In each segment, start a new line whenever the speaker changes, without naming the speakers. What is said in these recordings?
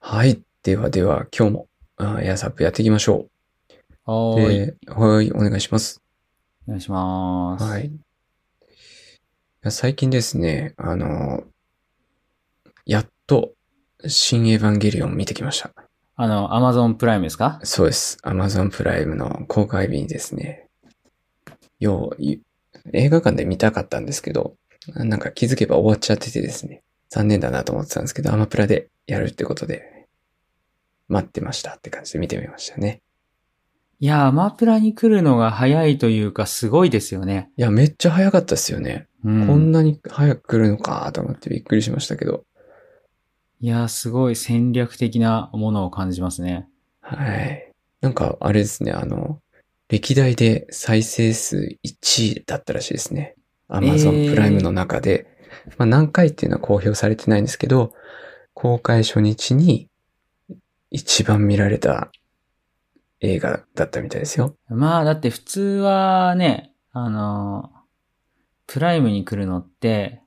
はい。ではでは、今日も、あーエアサップやっていきましょう。
はーい。
で、はい、お願いします。
お願いします。
はい。いや最近ですね、あの、やっと、新エヴァンゲリオン見てきました。
あの、アマゾンプライムですか
そうです。Amazon プライムの公開日にですね、よう、い映画館で見たかったんですけど、なんか気づけば終わっちゃっててですね、残念だなと思ってたんですけど、アマプラでやるってことで、待ってましたって感じで見てみましたね。
いやー、アマプラに来るのが早いというか、すごいですよね。
いや、めっちゃ早かったですよね。
うん。
こんなに早く来るのかと思ってびっくりしましたけど、
いやー、すごい戦略的なものを感じますね。
はい。なんか、あれですね、あの、歴代で再生数1位だったらしいですね。Amazon プライムの中で、まあ何回っていうのは公表されてないんですけど、公開初日に一番見られた映画だったみたいですよ。
まあ、だって普通はね、あのープライムに来るのって、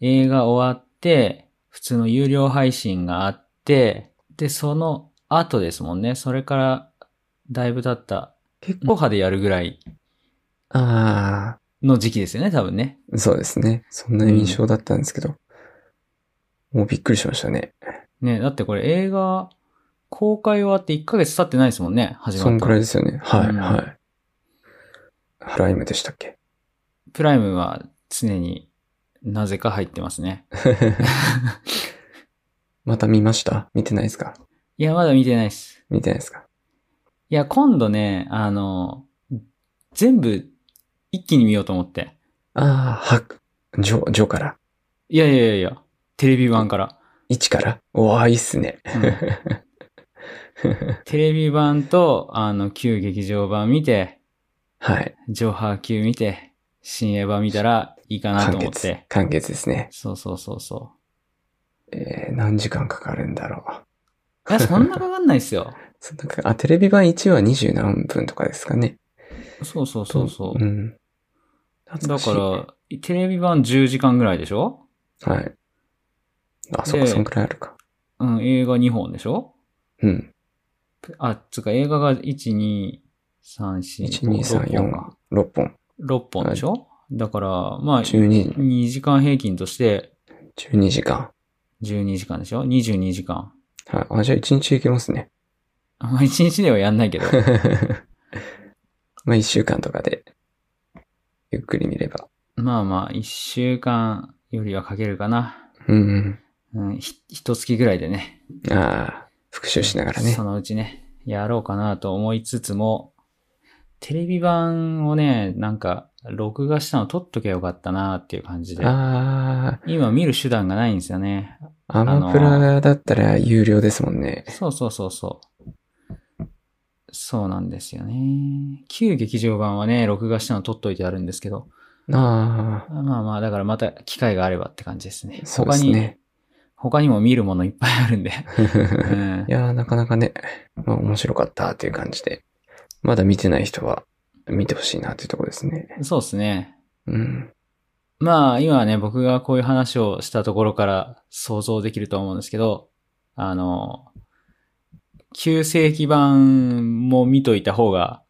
映画終わって、普通の有料配信があって、で、その後ですもんね。それから、だいぶ経った、
結
後派でやるぐらい
あ
の時期ですよね、多分ね。
あ、そうですね。そんな印象だったんですけど、もうびっくりしましたね。
ねだってこれ映画、公開終わって1ヶ月経ってないですもんね、始
そ
まっ
ん
た
くらい
の。
ですよね。はい、
うん
はい。ハライムでしたっけ
プライムは常になぜか入ってますね。
また見ました見てないですか
いや、まだ見てないです。
見てないですか
いや、今度ね、あの、全部一気に見ようと思って。
ああ、はく。ジョ、ジョから。
いやいやいやいや、テレビ版から。
1から。おー、いいっすね。
うんテレビ版と、あの、旧劇場版見て、
はい。
ジョハー級見て、新エヴァ見たらいいかなと
完
思っ
結
て。。
完結ですね。
そうそうそうそう。
えー、何時間かかるんだろ
いや、そんなかかんないっすよ。
う。そんなかあ、テレビ版1は20何分とかですかね。
そうそうそうそう。
うん。
だ
懐し
か
い
ら、テレビ版10時間ぐらいでしょ
はい。あ、そっか、
で
そんくらいあるか。
うん、映画2本でしょ
うん。
あ、つうか映画が1、2、3、
1、
4、
2、3、
6
4
本か、
6本。
6本でしょ、だから、まあ、
12、
2時間平均として
12時間。
12時間でしょ ?22 時間。
はい。あ、じゃあ1日いけますね。
まあ、1日ではやんない けど。
まあ、一週間とかで、ゆっくり見れば。
まあまあ、1週間よりはかけるかな。
うん、
うん、ひ、一月ぐらいでね。
うん。ああ、復習しながらね
そ。のうちね、やろうかなと思いつつも、テレビ版をね、なんか、録画したの撮っとけばよかったなっていう感じで。
あ
今見る手段がないんですよね。
あ、アマプラだったら有料ですもんね。
そうそうそうそう。そうなんですよね。旧劇場版はね、録画したの撮っといてあるんですけど。
あ
まあまあ、だからまた機会があればって感じですね。
あ、そうですね。
他に、他にも見るものいっぱいあるんで。うん
い、やー、 なかなかね、まあ面白かったっていう感じで、まだ見てない人は見てほしいなっていうところですね。
そうですね。
うん。
まあ、今ね、僕がこういう話をしたところから想像できると思うんですけど、あの、旧世紀版も見といた方が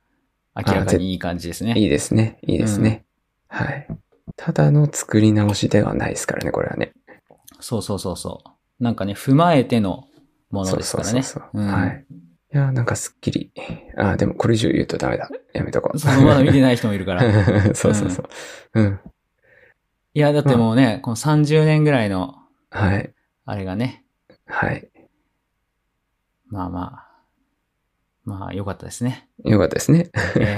明らかにいい感じですね。
いいですね。いいですね。はい。ただの作り直しではないですからね、これはね。
そうそうそうそう。なんかね、踏まえてのもの
そう
です
そう
から
そう
ね。
そう。
うん
はい。いやー、なんかすっきり。あーでもこれ以上言うとダメだ。やめとこう。
そのまだ見てない人もいるから。 い
そうそうそう。うん。
や、だってもうね、この30年ぐらいの、
はい。
あれがね、
はい。
まあまあ、まあ良かったですね。
よかったです ね。
え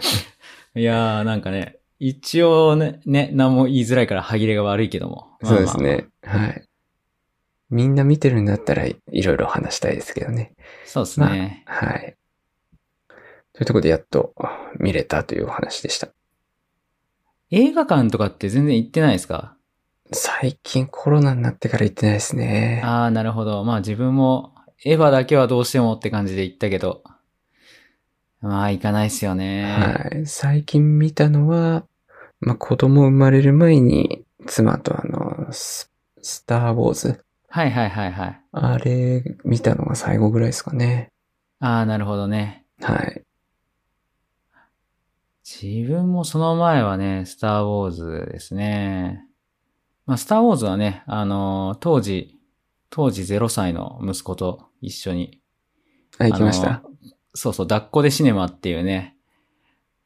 ーいやー、なんかね、一応ね、ね、何も言いづらいから歯切れが悪いけども。まあ
そう
まあ
です。ね。はい。みんな見てるんだったらいろいろ話したいですけどね。
そうですね。
はい。というところでやっと見れたというお話でした。
映画館とかって全然行ってないですか
最近コロナになってから行ってないですね。
ああ、なるほど。まあ自分も、エヴァだけはどうしてもって感じで行ったけど、まあ行かないっすよね。
はい。最近見たのは、まあ、子供生まれる前に妻とあの、ススターウォーズ
はいはいはいはい。
あれ見たのが最後ぐらいですかね。
ああ、なるほどね。
はい。
自分もその前はね、スターウォーズですね。まあ、スターウォーズはね、あのー当時、当時0歳の息子と一緒に
あ、行きまし
あ
た。
の。そうそう、抱っこでシネマっていうね、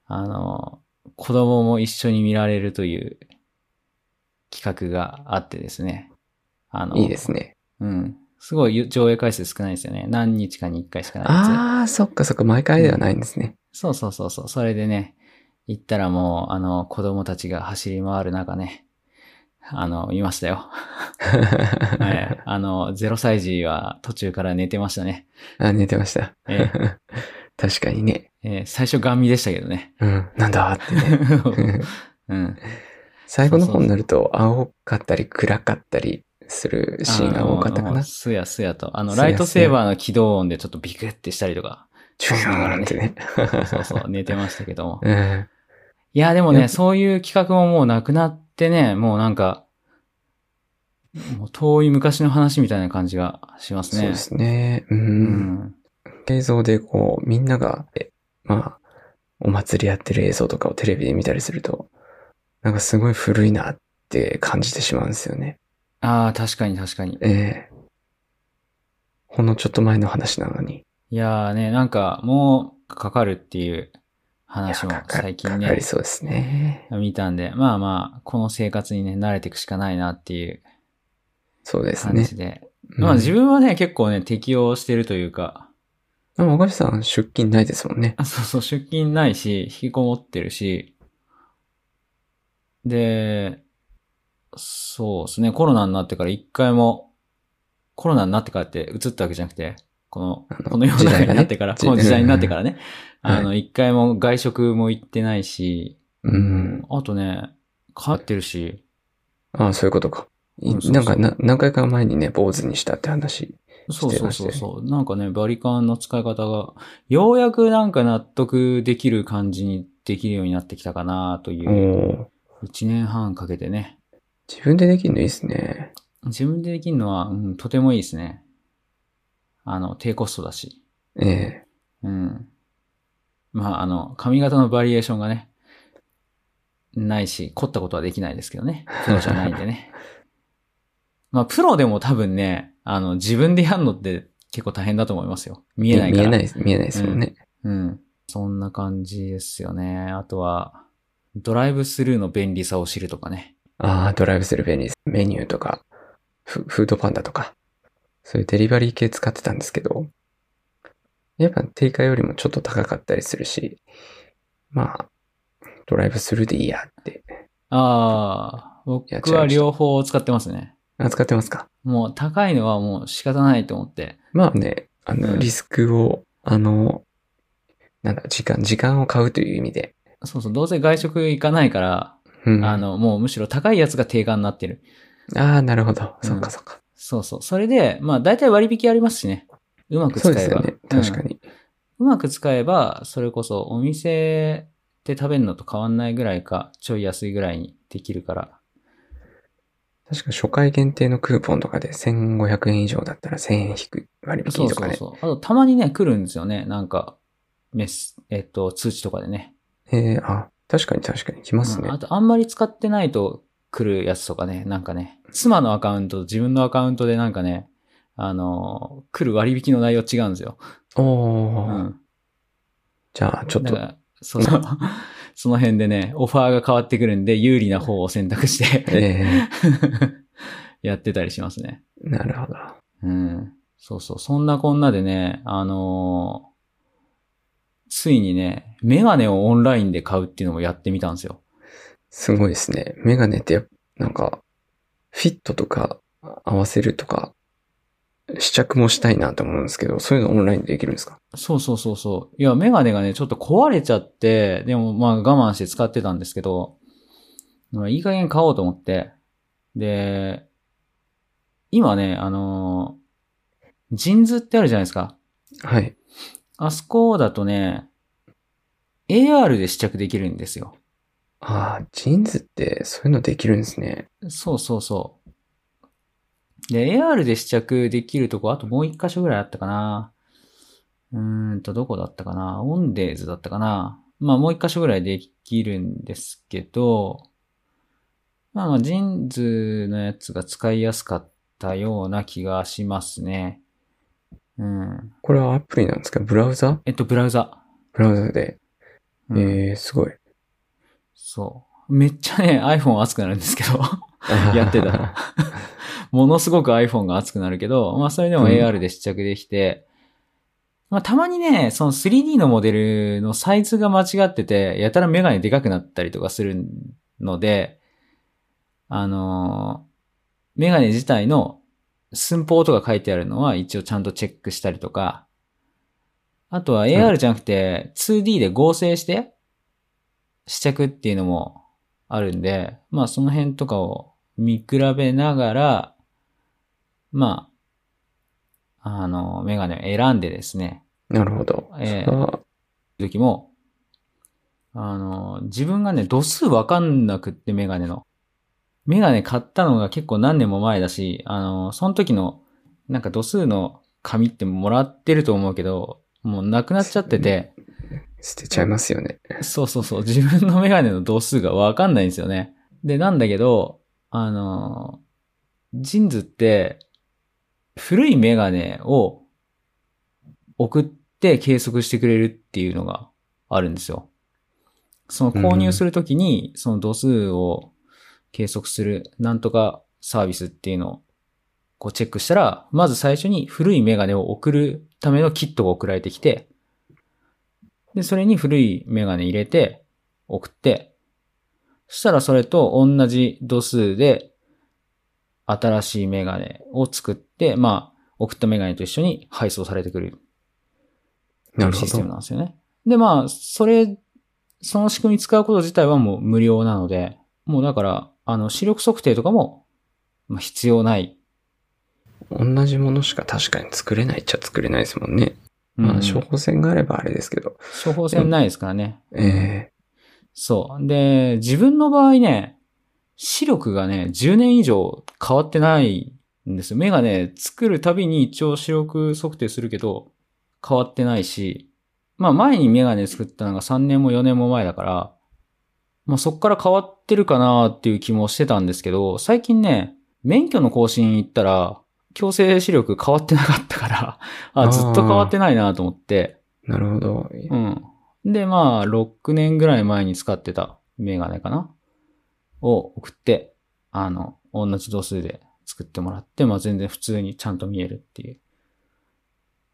あの、子供も一緒に見られるという企画があってですね。あの、
いいですね。
うん。すごい上映回数少ないですよね。何日かに1回しかないや
ああ、そっかそっか、毎回ではないんですね。
つ。そうそうそうそう。それでね、行ったらもう、あの、子供たちが走り回る中ね、あの、見ましたよ。はい。 あの、0歳児は途中から寝てましたね。
あ、 寝てました。
え
確かにね。
えー最初ガン見でしたけどね。
うん、なんだーってね。
うん。
最後の方になると、青かったり暗かったりするシーンが多かったか
あの
な。
すやすやと。あの、
すやす
ラ
や
イトセーバーの起動音でちょっとビクってしたり とか、
チューンってね。
そうそうそう、寝てましたけども。
うん。
いや、でも
や
ね、
っぱ
そういう企画ももうなくなってね、もうなんか、もう遠い昔の話みたいな感じがします
そう
ね。
ですね。う。
うんん。
映像でこう、みんなが、えまあ、お祭りやってる映像とかをテレビで見たりすると、なんかすごい古いなって感じてしまうんですよね。
ああ、確かに確かに。
ええほんのちょっと前の話なのに。
いやーね、なんか、もうかかるっていう話も
いやかか
最近
かか
ね
り、そうですね。
見たんで、まあまあ、この生活にね、慣れていくしかないなっていう
そうです
感
ね
じ。で。
うん
まあ自分はね、結構ね、適応してるというか、
でも、若林さん出勤ないですもんね。
あ、そうそう、出勤ないし、引きこもってるし、で、そうですね、コロナになってから一回も、コロナになってからって移ったわけじゃなくて、この
あ、の
この世の
時代が
中
ね
になってから、
時
この時代になってからね、
うん
あの、一回も外食も行ってないし、
うん。
あとね、帰ってるし、
ああ、そういうことか。い
うんそうそう
なんかな、何回か前にね、坊主にしたって話。
そうそうそう
してました
そう、なんかね、バリカンの使い方が、ようやくなんか納得できる感じにできるようになってきたかなとい
お
う、
ー
一年半かけてね、
自分でできるのいいですね。
自分でできるのは、うん、とてもいいですね。あの、低コストだし。
ええ
うん。まあ、あの、髪型のバリエーションがね、ないし、凝ったことはできないですけどね。プロじゃないんでね。 まあ、プロでも多分ね、あの、自分でやるのって結構大変だと思いますよ。見えないから。
見えない、見えないですもんね。
うん。そんな感じですよね。あとは、ドライブスルーの便利さを知るとかね。
ああ、ドライブする便利です。メニューとか、フフードパンダとか、そういうデリバリー系使ってたんですけど、やっぱ定価よりもちょっと高かったりするし、まあ、ドライブスルーでいいやって。
ああ、僕
やっちゃい
は
ました
両方使ってますね。
あ、使ってますか
もう高いのはもう仕方ないと思って。
まあね、あ
う
の、
ん
リスクを、あの、なんだ、時間、時間を買うという意味で。
そうそう、どうせ外食行かないから、
うん。
あの、もうむしろ高いやつが定価になってる。
ああ、なるほど。
うん
そっかそっか。
そうそう。それで、まあ大体割引ありますしね。うまく
そう
使え
で
ば。
すよね。確か
うん
に。
うまく使えば、それこそお店で食べるのと変わんないぐらいか、ちょい安いぐらいにできるから。
確か初回限定のクーポンとかで1500円以上だったら1000円引く割
そ
引
う
とか
そう
ね。
そう。あと、たまにね、来るんですよね。なんか、メス、えっと、通知とかでね。
えー、あ、確かに確かに来ますね。
うんあ
あ
と、あんまり使ってないと来るやつとかね、なんかね、妻のアカウントと自分のアカウントでなんかね、あのー来る割引の内容違うんですよ。う
おー、
ん。
じゃあちょっ
だ
と
か、ら その、その辺でね、オファーが変わってくるんで、有利な方を選択して、
え
やってたりしますね。
ー、なるほど。
うん。そうそう。そんなこんなでね、あのーついにね、メガネをオンラインで買うっていうのもやってみたんですよ。
すごいですね。メガネってやっぱ、なんか、フィットとか合わせるとか、試着もしたいなと思うんですけど、そういうのオンラインでできるんですか
そうそうそうそう。いや、メガネがね、ちょっと壊れちゃって、でもまあ我慢して使ってたんですけど、まあいい加減買おうと思って。で、今ね、あのージンズってあるじゃないですか。
はい。
あそこだとね、AR で試着できるんですよ。
ああ、ジーンズってそういうのできるんですね。
そうそうそで、AR で試着できるとこ、あともう一箇所ぐらいあったかな。うーんと、どこだったかな。オンデーズだったかな。まあ、もう一箇所ぐらいできるんですけど、まあまあ、ジーンズのやつが使いやすかったような気がしますね。うん。
これはアプリなんですかブラウザ
えっと、ブラウザ。
ブラウザで。
うん
えー、すごい。
そう。めっちゃね、iPhone 熱くなるんですけど。 やってた。ものすごく iPhone が熱くなるけど、まあそれでも
うん
AR で試着できて、まあたまにね、その 3D のモデルのサイズが間違ってて、やたらメガネでかくなったりとかするので、あのーメガネ自体の寸法とか書いてあるのは一応ちゃんとチェックしたりとか、あとは AR じゃなくて 2D で合成して試着っていうのもあるんで、まあその辺とかを見比べながら、まあ、あの、メガネを選んでですね、
なるほど。
ええ
それは
時も、あの、自分がね、度数わかんなくってメガネの。メガネ買ったのが結構何年も前だし、あの、その時の、なんか度数の紙ってもらってると思うけど、もうなくなっちゃってて、
捨てちゃいますよね。
そうそうそう、自分のメガネの度数がわかんないんですよね。で、なんだけど、あの、ジーンズって、古いメガネを送って計測してくれるっていうのがあるんですよ。その購入するときに、その度数を計測するなんとかサービスっていうのをこうチェックしたら、まず最初に古いメガネを送るためのキットが送られてきて、で、それに古いメガネ入れて、送って、そしたらそれと同じ度数で、新しいメガネを作って、まあ、送ったメガネと一緒に配送されてくる
なるほ
システム
ど。
なんですよね。で、まあ、それ、その仕組み使うこと自体はもう無料なので、もうだから、あの、視力測定とかも、まあ、必要ない。
同じものしか確かに作れないっちゃ作れないですもんね。ま
うん
あ、処方箋があればあれですけど。
処方箋ないですからね。
え
そう。で、自分の場合ね、視力がね、10年以上変わってないんですよ。メガネ作るたびに一応視力測定するけど、変わってないし、まあ前にメガネ作ったのが3年も4年も前だから、まあそっから変わってるかなっていう気もしてたんですけど、最近ね、免許の更新行ったら、強制視力変わってなかったから、
あ
あ、
ー
ずっと変わってないなと思って、
ーなるほど。
うん。で、まあ、6年ぐらい前に使ってたメガネかなを送って、あの、同じ度数で作ってもらって、まあ全然普通にちゃんと見えるっていう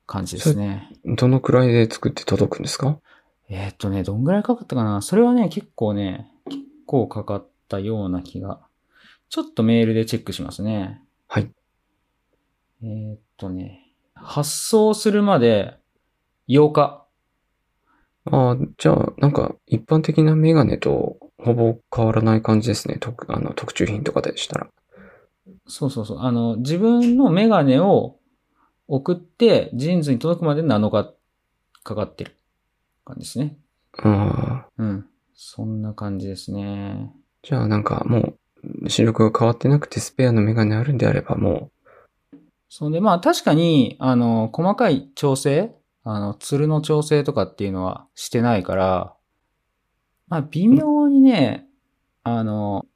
感じですね。
どのくらいで作って届くんですか
えーっとね、どんぐらいかかったかなそれはね、結構ね、結構かかったような気が。ちょっとメールでチェックしますね。
はい。
えーっとね、発送するまで8日。
ああ、じゃあ、なんか、一般的なメガネとほぼ変わらない感じですね。特あの特注品とかでしたら。
そうそうそう。あの、自分のメガネを送って、ジーンズに届くまで7日かかってる感じですね。
ああ、
うん。そんな感じですね。
じゃあ、なんか、もう、視力が変わってなくてスペアのメガネあるんであれば、も
そんで、まあ確かに、あの、細かい調整、あの、ツルの調整とかっていうのはしてないから、まあ微妙にね、あの、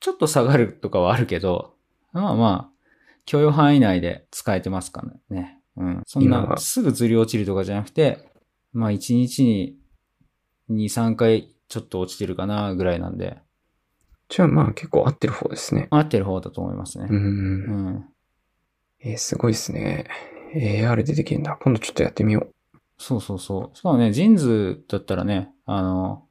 ちょっと下がるとかはあるけど、まあまあ、許容範囲内で使えてますからね。うん。そん
今
な、
は
すぐずり落ちるとかじゃなくて、まあ1日に2、3回ちょっと落ちてるかなぐらいなんで、
う、じゃあ、まあ、結構合ってる方ですね。
合ってる方だと思いますね
う。。
うんん。
えーすごいですね。AR でできるんだ。今度ちょっとやってみよう。
そうそうそう。しかもね、ジーンズだったらね、あの、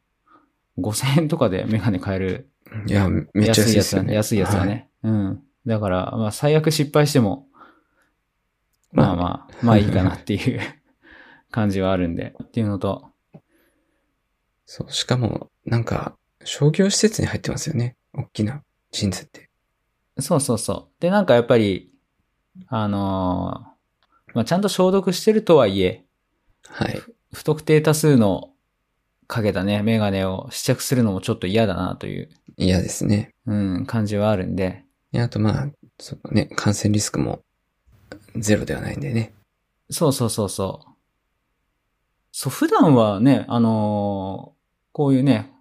5000円とかでメガネ買える。
いや、めっちゃ安いですよね。
安いやつだ
はい。
ね。うん。だから、まあ、最悪失敗しても、ま
ま
あ
あ
ま あ、まあいいかなっていう感じはあるんで。っていうのと、
そう、しかも、なんか、商業施設に入ってますよね。大きなジーンズって。
そうそうそう。で、なんかやっぱり、あのーまあ、ちゃんと消毒してるとはいえ、
はい。
不特定多数のかけたね、メガネを試着するのもちょっと嫌だなという、
嫌ですね。
うん、感じはあるんで、
であとまあ、そのね、感染リスクもゼロではないんでね。
そうそうそうそう。そう、普段はね、あのーこういうね、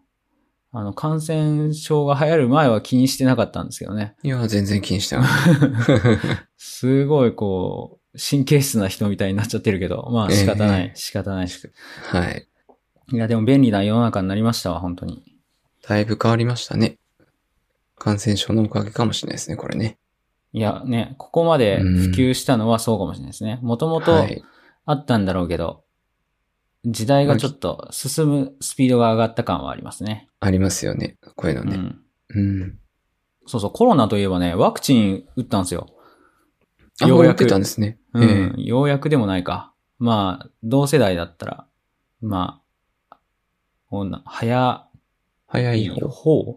あの、感染症が流行る前は気にしてなかったんですけどね。
いや、全然気に してなかった。
すごいこう、神経質な人みたいになっちゃってるけど、まあ仕方ない、
え
仕方ないし。
はい。
いや、でも便利な世の中になりましたわ、本当に。
だいぶ変わりましたね。感染症のおかげかもしれないですね、これね。
いや、ね、ここまで普及したのはそうかもしれないですね。もともと
はい。
あったんだろうけど、時代がちょっと進むスピードが上がった感はありますね。
ありますよね、こういうの
う
ね。
ん。
うん。
そうそう、コロナといえばね、ワクチン打ったんですよ。
あ、
ようや
やっ
く
てたんですね。
う
ええ
ん、ようやくでもないか。まあ、同世代だったら、まあ、女、早
早い
い
方、
方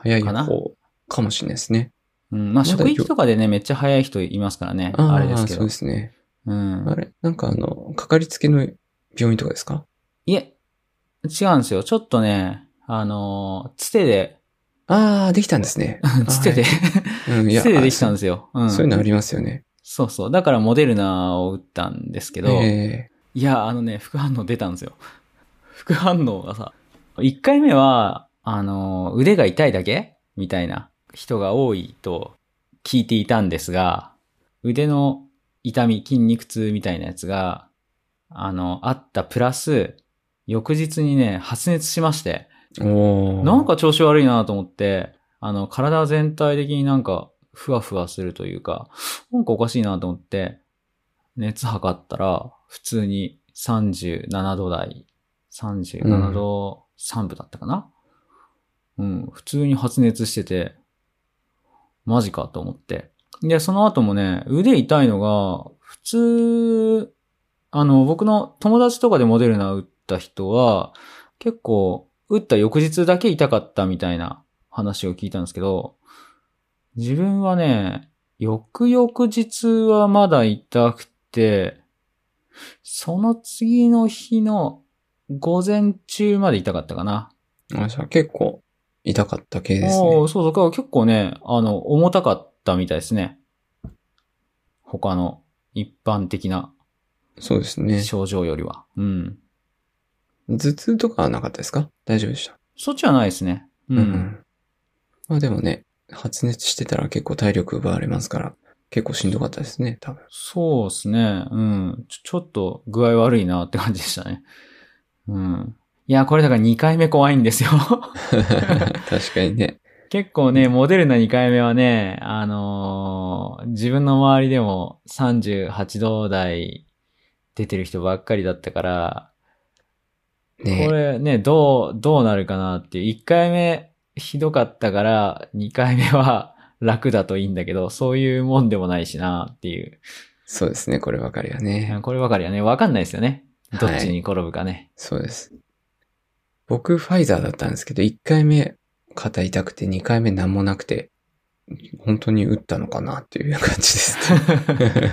早い
かな
方かもしれないですね。
うん、
ま
まあ、
だ
職域とかでね、めっちゃ早い人いますからね。
あ
あ
あ
れですけ
そう
ど
で。すね。
うん
あ。れ、なんかあの、かかりつけの病院とかですか
いえ、違うんですよ。ちょっとね、あのー、つてで、。
ああ、できたんですね
つてで、
はい。うん、いや、
つてでできたん
あ
ですよ。うん。
そうそういうのありますよね。
そうそう。だからモデルナを打ったんですけど、
ええ
いや、あのね、副反応出たんですよ。 副反応がさ、1回目は、あの、腕が痛いだけみたいな人が多いと聞いていたんですが、腕の痛み、筋肉痛みたいなやつが、あの、あったプラス、翌日にね、発熱しまして、
おお。
なんか調子悪いなと思って、あの、体全体的になんか、ふわふわするというか、なんかおかしいなと思って、熱測ったら、普通に37度台、37度3分だったかな、うん、普通に発熱してて、マジかと思って。で、その後もね、腕痛いのが、普通、あの、僕の友達とかでモデルナ打った人は、結構、打った翌日だけ痛かったみたいな話を聞いたんですけど、自分はね、翌々日はまだ痛くて、その次の日の午前中まで痛かったかな。
あじゃあ結構痛かった系です
お
ね。
ーそうそう、だから結構ね、あの、重たかったみたいですね。他の一般的な
そうですね。
症状よりは。うん。
頭痛とかはなかったですか大丈夫でした。
そっちはないですね。うん。
うんまあでもね、発熱してたら結構体力奪われますから、結構しんどかったですね、多分。
そうですね。うんちょ。ちょっと具合悪いなって感じでしたね。うん。いや、これだから2回目怖いんですよ。
確かにね。
結構ね、モデルナ2回目はね、あのー自分の周りでも38度台出てる人ばっかりだったから、こ
ね
れね、どう、どうなるかなっていう。1回目ひどかったから、2回目は 楽だといいんだけど、そういうもんでもないしなっていう。
そうですね、こればかりは
う
ね
ん。こればかりはね、わかんないですよね。どっち
はい
に転ぶかね。
そうです。僕、ファイザーだったんですけど、1回目肩痛くて、2回目何もなくて、本当に打ったのかなっていう感じですね。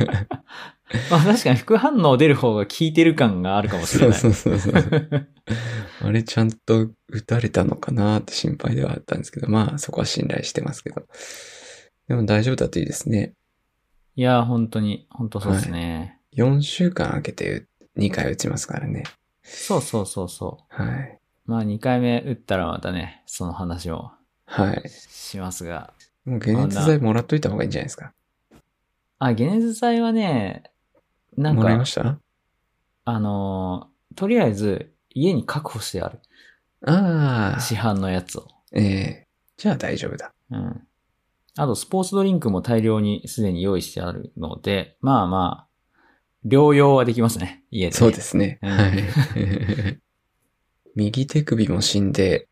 まあ確かに副反応出る方が効いてる感があるかもしれ
そう
ない。
そうそうそう。 あれ、ちゃんと打たれたのかなって心配ではあったんですけど、まあ、そこは信頼してますけど。でも大丈夫だといいですね。
いやー、本当に、本当そうですね。
4週間空けて2回打ちますからね。
そうそうそうそ
はい。
う。まあ2回目打ったらまたね、その話を
はい。
しますが。
もう解熱剤もらっといた方がいいんじゃないですか。
あ、解熱剤はね、なん
もらいま
か、
した
あのーとりあえず家に確保してある。
ああ。
市販のやつを。
ええじゃあ大丈夫だ。
うん。あと、スポーツドリンクも大量にすでに用意してあるので、まあまあ、療養はできますね。家で。
そうで。すね。
うん
はい。 右手首も死んで、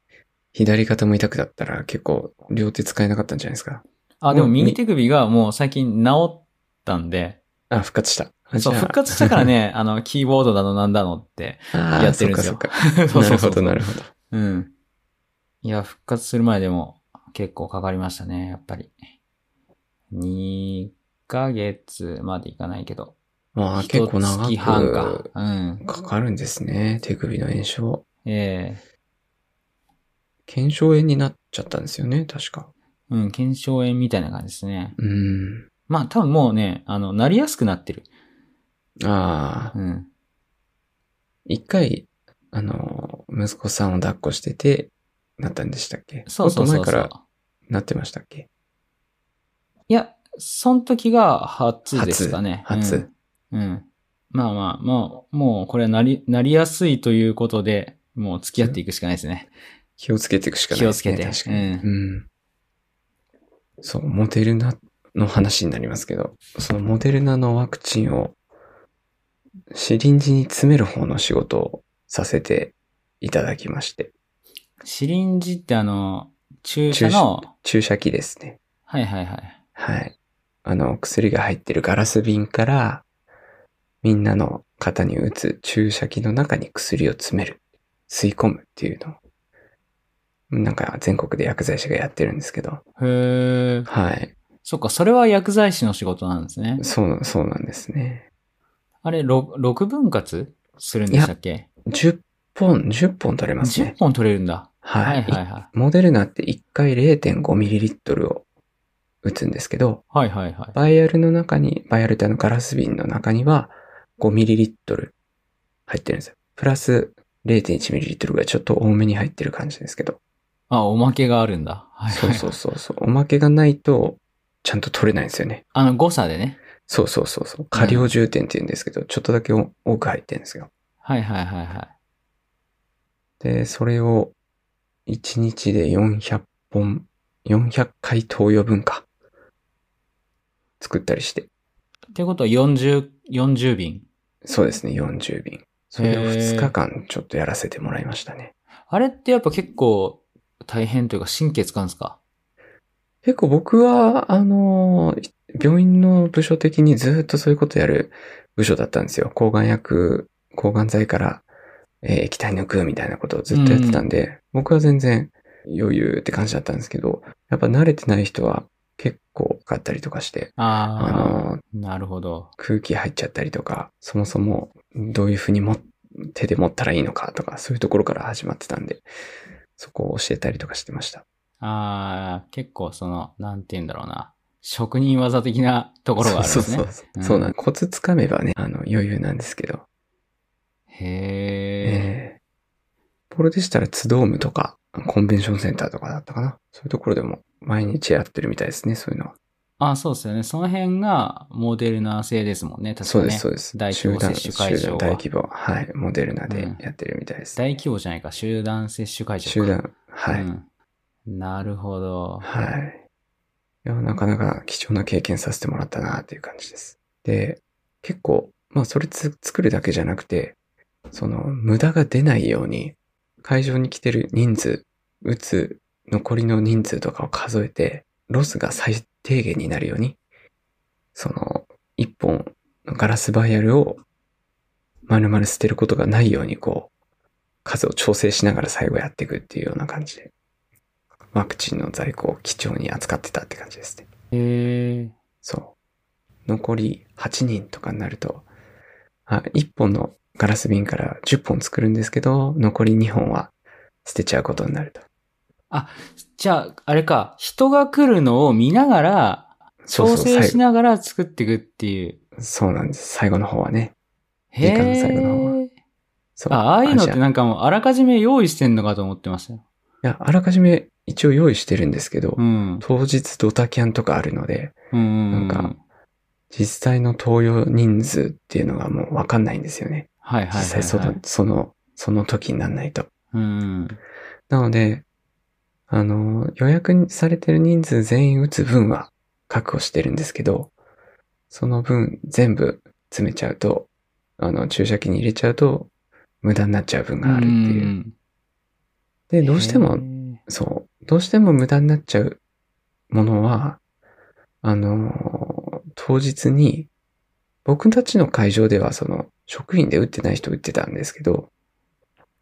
左肩も痛くなったら結構両手使えなかったんじゃないですか。
あ、でも
うん
右手首がもう最近治ったんで、
あ、復活した。あ
そう、
じゃあ
復活したからね、あの、キーボードだのなんだの って。
あー
やってるんですよ
そっか
そう
そ
そ
っ か。なる
うそうそ
ほ
う
ど、なるほど。
うん。いや、復活する前でも結構かかりましたね、やっぱり。2ヶ月までいかないけど。
まあ結構長
1月半か
く。
うん。
かかるんですね。手首の炎症。
ええ
腱鞘炎になっちゃったんですよね、確か。
うん、検証炎みたいな感じですね。
うん。
まあ多分もうね、あの、なりやすくなってる。
ああ、
うん。
一回、あの、息子さんを抱っこしてて、なったんでしたっけ
そうそうそうそう。
もっと前からなってましたっけ
いや、その時が初ですかね。
初初
うん。うんまあまあ、まあ、もうこれはなり、なりやすいということで、もう付き合っていくしかないですね。
気をつけていくしかないですね。
気をつけて
確かに。うん。そう、モデルナの話になりますけど、そのモデルナのワクチンをシリンジに詰める方の仕事をさせていただきまして、
シリンジってあの、注射の、
注射器ですね。
はいはいはい。
はい。あの、薬が入ってるガラス瓶から、みんなの方に打つ注射器の中に薬を詰める。吸い込むっていうのを。なんか全国で薬剤師がやってるんですけど。
へえ。
はい。
そっか、それは薬剤師の仕事なんですね。
そうな、そうなんですね。
あれ、ろ6分割するんでしたっけ
10本、10本取れます
?10
ね。
本取れるんだ。
はい。
はいはいはい
モデルナって1回 0.5ml を打つんですけど、
い。はいはいはい。
バイアルの中に、バイアルってあのガラス瓶の中には 5ml 入ってるんですよ。プラス 0.1ml ぐらいちょっと多めに入ってる感じですけど。
あ、おまけがあるんだ。はいはい
そうそうそうそう。おまけがないと、ちゃんと取れないんですよね。
あの、誤差でね。
そうそうそうそう。過量充填って言うんですけど、ちょっとだけお多く入ってるんですよ。
はいはいはいはい。
で、それを1日で400本、400回投与分か。作ったりして。
ってことは40、40瓶。
そうですね、40瓶。それを
へー
2日間ちょっとやらせてもらいましたね。
あれってやっぱ結構大変というか神経使うんですか
結構僕は、あの、病院の部署的にずっとそういうことやる部署だったんですよ。抗がん薬、抗がん剤から、えー液体抜くみたいなことをずっとやってたんで、僕は全然余裕って感じだったんですけど、やっぱ慣れてない人は結構かかったりとかして、あ
ああ、
の、
なるほど。
空気入っちゃったりとか、そもそもどういうふうにも手で持ったらいいのかとか、そういうところから始まってたんで、そこを教えたりとかしてました。
ああ、結構その、なんて言うんだろうな。職人技的なところがあるんです
そ
ね。
うそうそう。
うん
そうなんコツつかめばね、あの、余裕なんですけど。
へえ。
ええポロでしたら、ツドームとか、コンベンションセンターとかだったかな。そういうところでも毎日やってるみたいですね、そういうのは。
あそうですよね。その辺がモデルナ製ですもんね。確
そう
かね。
です、そうです。
大規模接種会
集
場
団
は
大規模、はい、モデルナでやってるみたいです。
大規模じゃないか。集団接種会場か。
集団、はい。
うん。なるほど。
はい。いや、なかなか貴重な経験させてもらったなっていう感じです。で、結構、まあ、それつ作るだけじゃなくて、その、無駄が出ないように、会場に来てる人数、打つ残りの人数とかを数えて、ロスが最低限になるように、その、一本のガラスバイアルを、丸々捨てることがないように、こう、数を調整しながら最後やっていくっていうような感じで。ワクチンの在庫を貴重に扱ってたって感じですね。
へえ。
そう。残り8人とかになると、あ、1本のガラス瓶から10本作るんですけど、残り2本は捨てちゃうことになると。
じゃあ、あれか。人が来るのを見ながら、
そう
調
そう、
整
最
しながら作っていくっていう。
後そうなんです。最後の方はね。
へ
時間の最後の方は
ー
そう。
あ、ああいうのっ
じゃ
て
あ
なんかもうあらかじめ用意してんのかと思ってましたよ。
いや、あらかじめ一応用意してるんですけど、
うん。
当日ドタキャンとかあるので、
うん。
なんか、実際の投与人数っていうのがもうわかんないんですよね。
はいはいはい、はい。
実際その、その、その時になんないと。
うん。
なので、あの、予約されてる人数全員打つ分は確保してるんですけど、その分全部詰めちゃうと、あの、注射器に入れちゃうと、無駄になっちゃう分があるっていう。
ん
で、どうして
へ
も、
ー
そう、どうしても無駄になっちゃうものは、あの、当日に、僕たちの会場ではその、職員で打ってない人打ってたんですけど、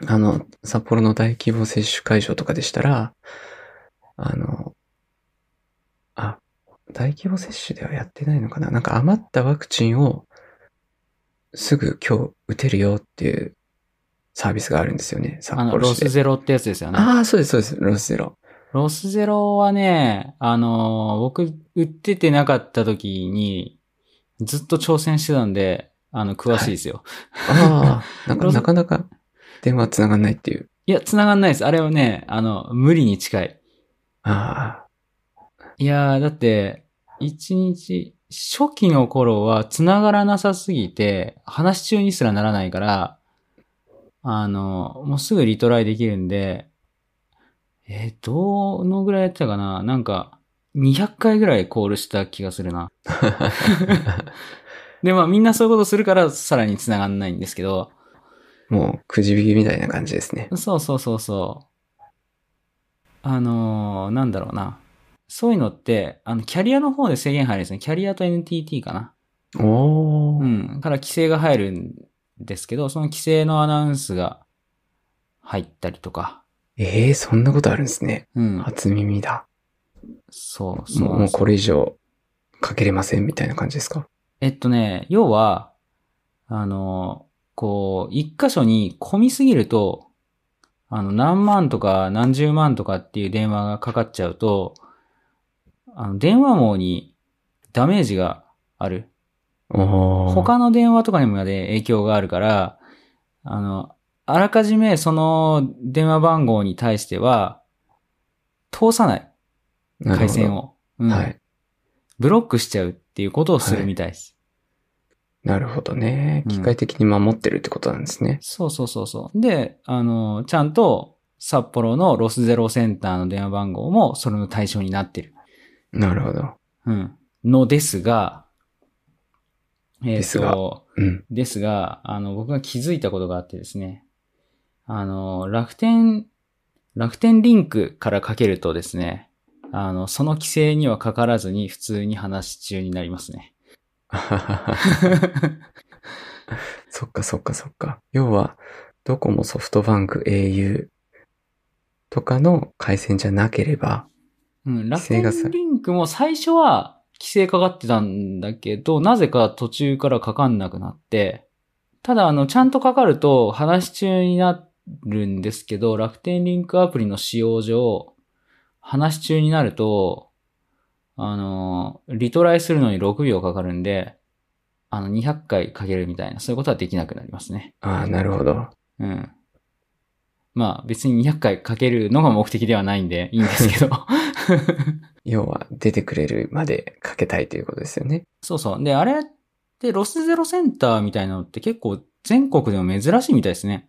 あの、札幌の大規模接種会場とかでしたら、あの、あ、大規模接種ではやってないのかななんか余ったワクチンをすぐ今日打てるよっていうサービスがあるんですよね、札
あの、
幌
ロ
市で
ス。ゼロってやつですよね。
ああ、そうです、そうです。ロスゼロ。
ロスゼロはね、あのー僕、売っててなかった時に、ずっと挑戦してたんで、あの、詳しいですよ。
ああ、なんかなかなか電話繋がんないっていう。
い、や、繋がんないです。あれはね、あの、無理に近い。
あ
いやー、だって、一日、初期の頃は繋がらなさすぎて、話し中にすらならないから、あの、もうすぐリトライできるんで、えーどのぐらいやってたかななんか、200回ぐらいコールした気がするな。で、まあみんなそういうことするからさらに繋がんないんですけど、
あ、 もうくじ引きみたいな感じですね。
そうそうそうそう。あのーなんだろうな。そういうのって、あの、キャリアの方で制限入るんですね。キャリアと NTT かな。
お
う
ー。
ん。から規制が入るんですけど、その規制のアナウンスが入ったりとか。
ええそんなことあるんですね。
うん。
初耳だ。
そうそう
もうもうこれ以上かけれませんみたいな感じですか
えっとね、要は、あの、こう、一箇所に混みすぎると、あの、何万とか何十万とかっていう電話がかかっちゃうと、あの、電話網にダメージがある。
おー。
他の電話とかにもまで影響があるから、あの、あらかじめその電話番号に対しては、通さない。
なるほ
回
ど
線。を。うん
はい。
ブロックしちゃうっていうことをするみたいです。
なるほどね。
うん
機械的に守ってるってことなんですね。
そうそうそうそう。で、あの、ちゃんと札幌のロスゼロセンターの電話番号もそれの対象になってる。
なるほど。
うん。のですが、えっ、
ですが
と、
うん。
ですが、あの、僕が気づいたことがあってですね、あの、楽天、楽天リンクからかけるとですね、あの、その規制にはかからずに普通に話し中になりますね。
そっかそっかそっか。要は、ドコモ、ソフトバンク、au とかの回線じゃなければ、
うん、楽
規制
天
がさ
リンクも最初は規制かかってたんだけど、なぜか途中からかかんなくなって、ただあの、ちゃんとかかると話し中になるんですけど、楽天リンクアプリの使用上、話し中になると、あの、リトライするのに6秒かかるんで、あの、200回かけるみたいな、そういうことはできなくなりますね。
ああ、なるほど。
うん。まあ、別に200回かけるのが目的ではないんで、いいんですけど。
要は、出てくれるまでかけたいということですよね。
そうそう。で、あれってロスゼロセンターみたいなのって結構全国でも珍しいみたいですね。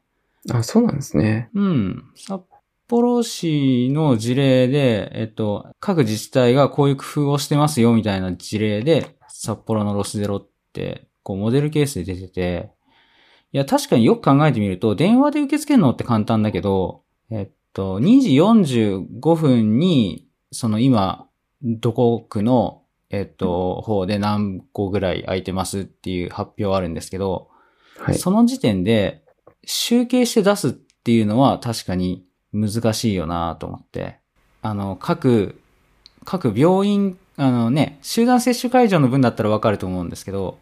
あそうなんですね。
うん。札幌市の事例で、えっと、各自治体がこういう工夫をしてますよみたいな事例で、札幌のロスゼロって、こうモデルケースで出てて、いや、確かによく考えてみると、電話で受け付けるのって簡単だけど、えっと、2時45分に、その今、どこ区の、えっと、方で何個ぐらい空いてますっていう発表あるんですけど、
はい。
その時点で集計して出すっていうのは確かに難しいよなと思って。あの、各、各病院、あのね、集団接種会場の分だったらわかると思うんですけど、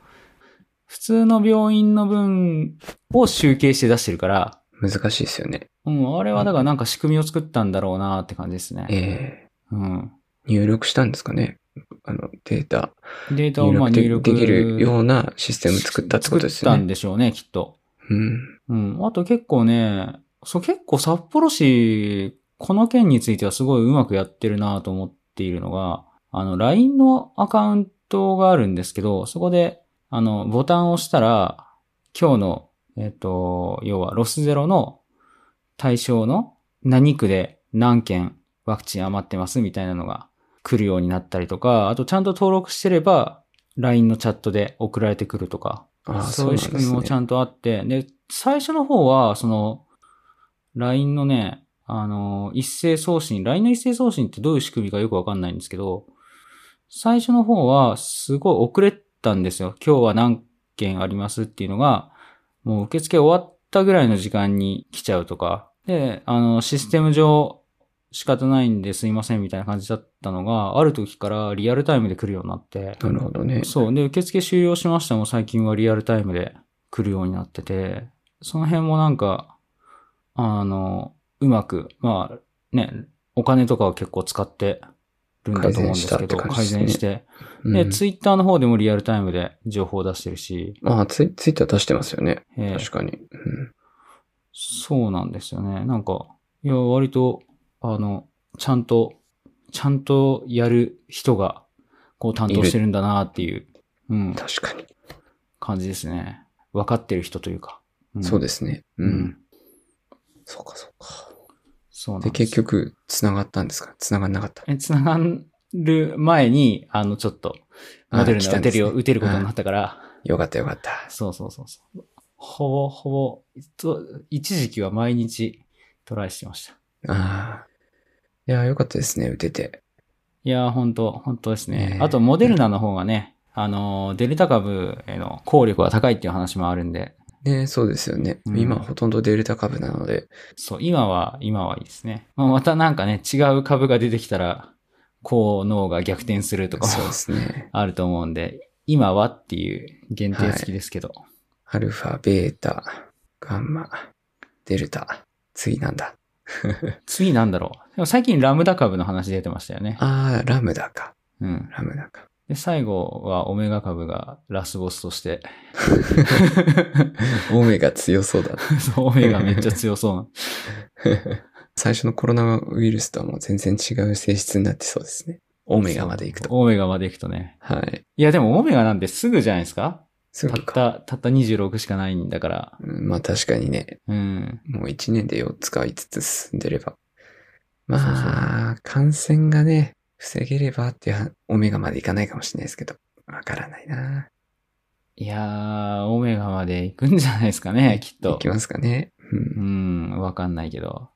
普通の病院の分を集計して出してるから、
難しいですよね。
うん、あれはだからなんか仕組みを作ったんだろうなって感じですね。
え
うん。
ー、入力したんですかね。あの、データ、
データを
入
まあ
力
入
で
力
できるようなシステム作ったってことです
作
よ
ったん
ね。
でしょうね、きっと。
うん。
うん。あと結構ね、そう結構札幌市、この件についてはすごいうまくやってるなと思っているのが、あの、LINE のアカウントがあるんですけど、そこで、あの、ボタンを押したら、今日の、えっと、要はロスゼロの対象の何区で何件ワクチン余ってますみたいなのが来るようになったりとか、あとちゃんと登録してれば、LINE のチャットで送られてくるとか、
ああ、
そういう仕組みもちゃ
ん
んとあって、で、最初の方は、その、LINE のね、あの、一斉送信、LINE の一斉送信ってどういう仕組みかよくわかんないんですけど、最初の方は、すごい遅れたんですよ。今日は何件ありますっていうのが、もう受付終わったぐらいの時間に来ちゃうとか、で、あの、システム上、仕方ないんですいませんみたいな感じだったのが、ある時からリアルタイムで来るようになって、
なるほどね。
そう。で、受付終了しましたも最近はリアルタイムで来るようになってて、その辺もなんか、あの、うまく、まあ、ね、お金とかは結構使ってるんだと思うんですけど、改
改
善
善
し。
してうん
で、ツイッターの方でもリアルタイムで情報を出してるし、
ああ、ツイツイッター出してますよね。
えー
確かに。うん
そうなんですよね。なんか、いや、割と、あの、ちゃんと、ちゃんとやる人が、こう担当してるんだなっていう、うん、
確かに。
感じですね。分かってる人というか。ん
そうですね。
う。
うんん。そうか、そうか。
そうなん
で、
です。
結局、繋がったんですか繋がんなかった。
え、つながる前に、あの、ちょっと、モデル
あ
ナ
来た
打
んで
て
す
る
ね
よ、打てることになったから、
よかった、よかった。
そうそうそうそう。ほぼほぼ、と一時期は毎日トライしてました。
ああ。いやー、よかったですね、打てて。
いやー、本当本当ですね
ね。え
あと、モデルナの方がね、あのー、デルタ株への効力が高いっていう話もあるんで、
ねそうですよね。
うん
今、ほとんどデルタ株なので。
そう、今は、今はいいですね。まあ、またなんかね、違う株が出てきたら、こう、脳が逆転するとかも
そうですね。
あると思うんで、今はっていう限定付きですけど。
アルファ、ベータ、ガンマ、デルタ。次なんだ。
次なんだろう。でも最近ラムダ株の話出てましたよね。
ああ、ラムダか。
うん。
ラムダ か。
で、最後はオメガ株がラスボス として、
オメガ強そうだ。
そうオメガめっちゃ強そうな。
最初のコロナウイルスとはもう全然違う性質になってそうですね。 オメガまで行くと。
オメガまで行くとね。
はい。
いや、でもオメガなんてすぐじゃないですか
すぐ
たっ
か。
た、たった26しかないんだから。
うんまあ確かにね、
うん。
もう1年で4つか5つ進んでれば。
そう
まあ、感染がね、防げればっていうオメガまでいかないかもしれないですけど、わからないな。
いやー、オメガまで行くんじゃないですかね、きっ
い
と
き。ますかね。う。
うんん、わかんないけど。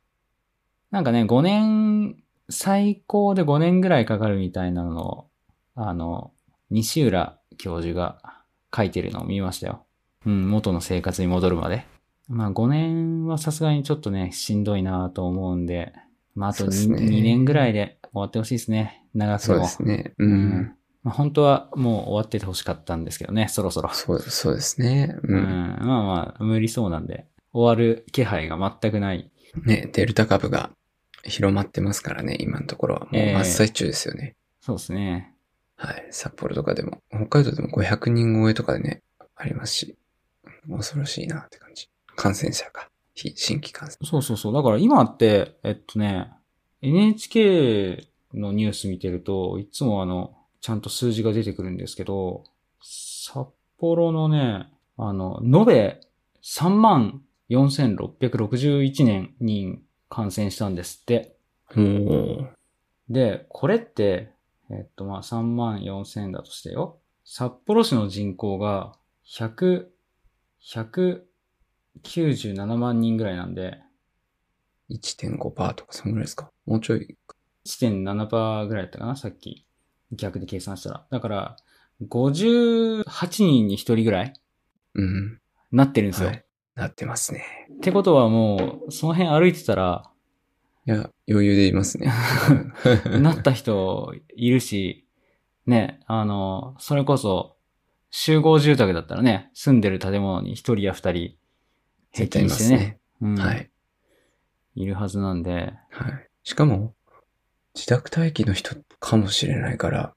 なんかね、5年、最高で5年ぐらいかかるみたいなのを、あの、西浦教授が書いてるのを見ましたよ。うん、元の生活に戻るまで。まあ5年はさすがにちょっとね、しんどいなと思うんで、まああと
そう
2,
ですね
2年ぐらいで終わってほしいですね。長くて
そう
も。
ですね。う
うんん。。まあ本当はもう終わっててほしかったんですけどね、そろそろ。
そう、そうですね。う
う、
んん。
まあまあ、無理そうなんで、終わる気配が全くない。
ね、デルタ株が広まってますからね、今のところは。もう
ええ
真っ最中ですよね。
そうですね。
はい。札幌とかでも、北海道でも500人超えとかでね、ありますし、恐ろしいなって感じ。感染者か。非新規感染。
そうそうそう。だから今って、えっとね、NHK のニュース見てると、いつもあの、ちゃんと数字が出てくるんですけど、札幌のね、あの、延べ3万4661年人感染したんですって。
おー。
で、これって、えっと、まあ、3万4000だとしてよ。札幌市の人口が100、197万人ぐらいなんで、
1.5%とかそんぐらいですかもうちょい。
1.7%ぐらいだったかな、さっき。逆で計算したら。だから、58人に1人ぐらい
うん。
なってるんですよ。
はい。なってますね。
ってことはもう、その辺歩いてた ら、
いや、余裕でいますね。
なった人いるし、ね、あの、それこそ、集合住宅だったらね、住んでる建物に一人や二人、
絶対います
平均して
ね。
うん
はい。
いるはずなんで、
はい。しかも、自宅待機の人かもしれないから、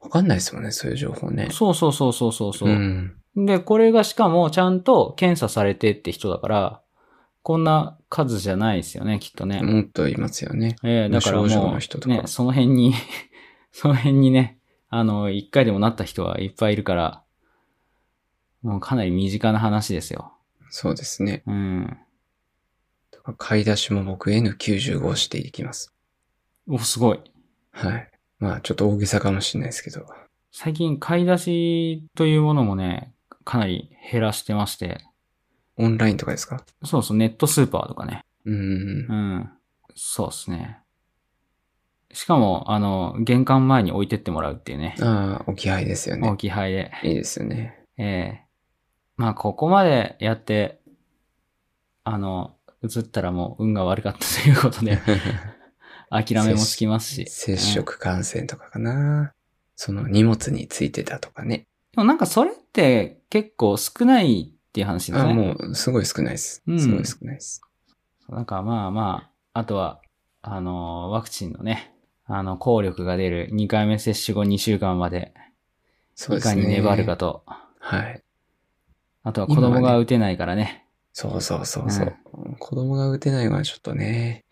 わかんないですもんね、そういう情報ね。
そうそうそうそうそうそうう、
ん。
で、これがしかもちゃんと検査されてって人だから、こんな数じゃないですよね、きっとね。
もっといますよね。
ええだから
無症状
も
の人と
う、
か
ね、その辺に、 その辺にね、あの、一回でもなった人はいっぱいいるから、もうかなり身近な話ですよ。
そうですね。
うん。
買い出しも僕 N95 していきます。
お、すごい。
はい。まあちょっと大げさかもしれないですけど。
最近買い出しというものもね、かなり減らしてまして。
オンラインとかですか
そうそう、ネットスーパーとかね。
うーん
う。ん。そうですね。しかも、あの、玄関前に置いてってもらうっていうね。
ああ、置き配ですよ
大
ね。
きい灰で。
いいですよね。
ええまあ、ここまでやって、あの、映ったらもう運が悪かったというこ とで、諦めもつきますし。
接触感染とかかな。その荷物についてたとかね。
でもなんかそれって結構少ないっていう話です
あ
ね。
あ、もうすごい少ないです
う。ん
すごい少ないです。
なんかまあまあ、あとは、あの、ワクチンのね、あの、効力が出る2回目接種後2週間まで、
そう
い
です
か
ね。
に粘るかと。
はい。
あとは子供が打てないからね。
そうそうそうそう。子供が打てないのはちょっとね。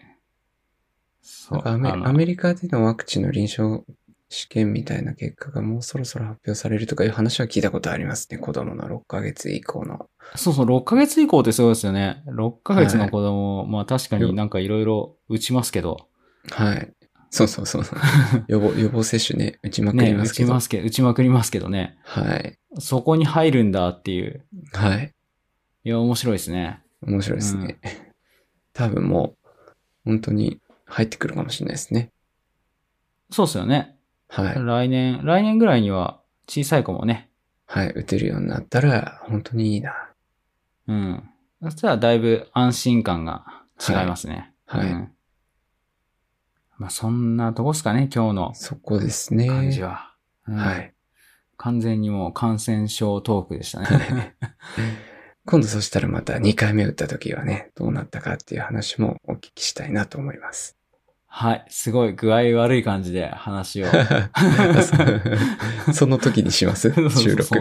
そ
な
うん
かアメ
あの
アメリカでのワクチンの臨床試験みたいな結果がもうそろそろ発表されるとかいう話は聞いたことありますね。子供の6ヶ月以降の。
そうそう、6ヶ月以降ってすごいですよね。6ヶ月の子供、まあ確かになんかいろいろ打ちますけ ど。
はい。そうそうそう。 予防、予防接種ね、打ちまく
ね、
りま
打
すけ
ち
ど。
ますけど、打ちまくりますけどね。
はい。
そこに入るんだっていう。
はい。
いや、面白いですね。
面白いですね。多分もう、本当に入ってくるかもしれないですね。
そうですよね。
はい。
来年、来年ぐらいには小さい子もね。
はい。打てるようになったら、本当にいいな。
うん。そしたらだいぶ安心感が違いますね。
はい。
うんまあそんなとこですかね、今日の
そこですね。
感じは。うん
はい。
完全にもう感染症トークでした ね。
今度そしたらまた2回目打った時はね、どうなったかっていう話もお聞きしたいなと思い ます。
はい。すごい具合悪い感じで話を。
その時にします
そうそう
収録。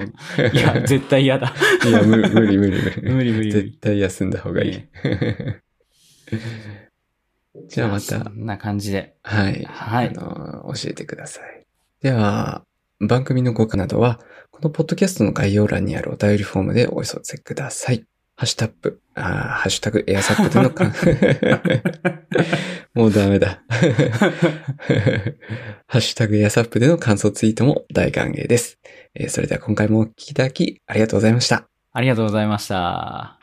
いや、絶対嫌だ。
いや、無無理無理無理。
無理無理無
絶
理。
対休んだ方がいい。じゃあま
そ
た、
んな感じで。
はい。
は
あ
い。
の、教えてください。では、番組の効果などは、このポッドキャストの概要欄にあるお便りフォームでお寄せください。ハッシュタップ、あーハッシュタグエアサップでの 感、もうダメだ。ハッシュタグエアサップでの感想ツイートも大歓迎です。えーそれでは今回もお聞きいただきありがとうございました。
ありがとうございました。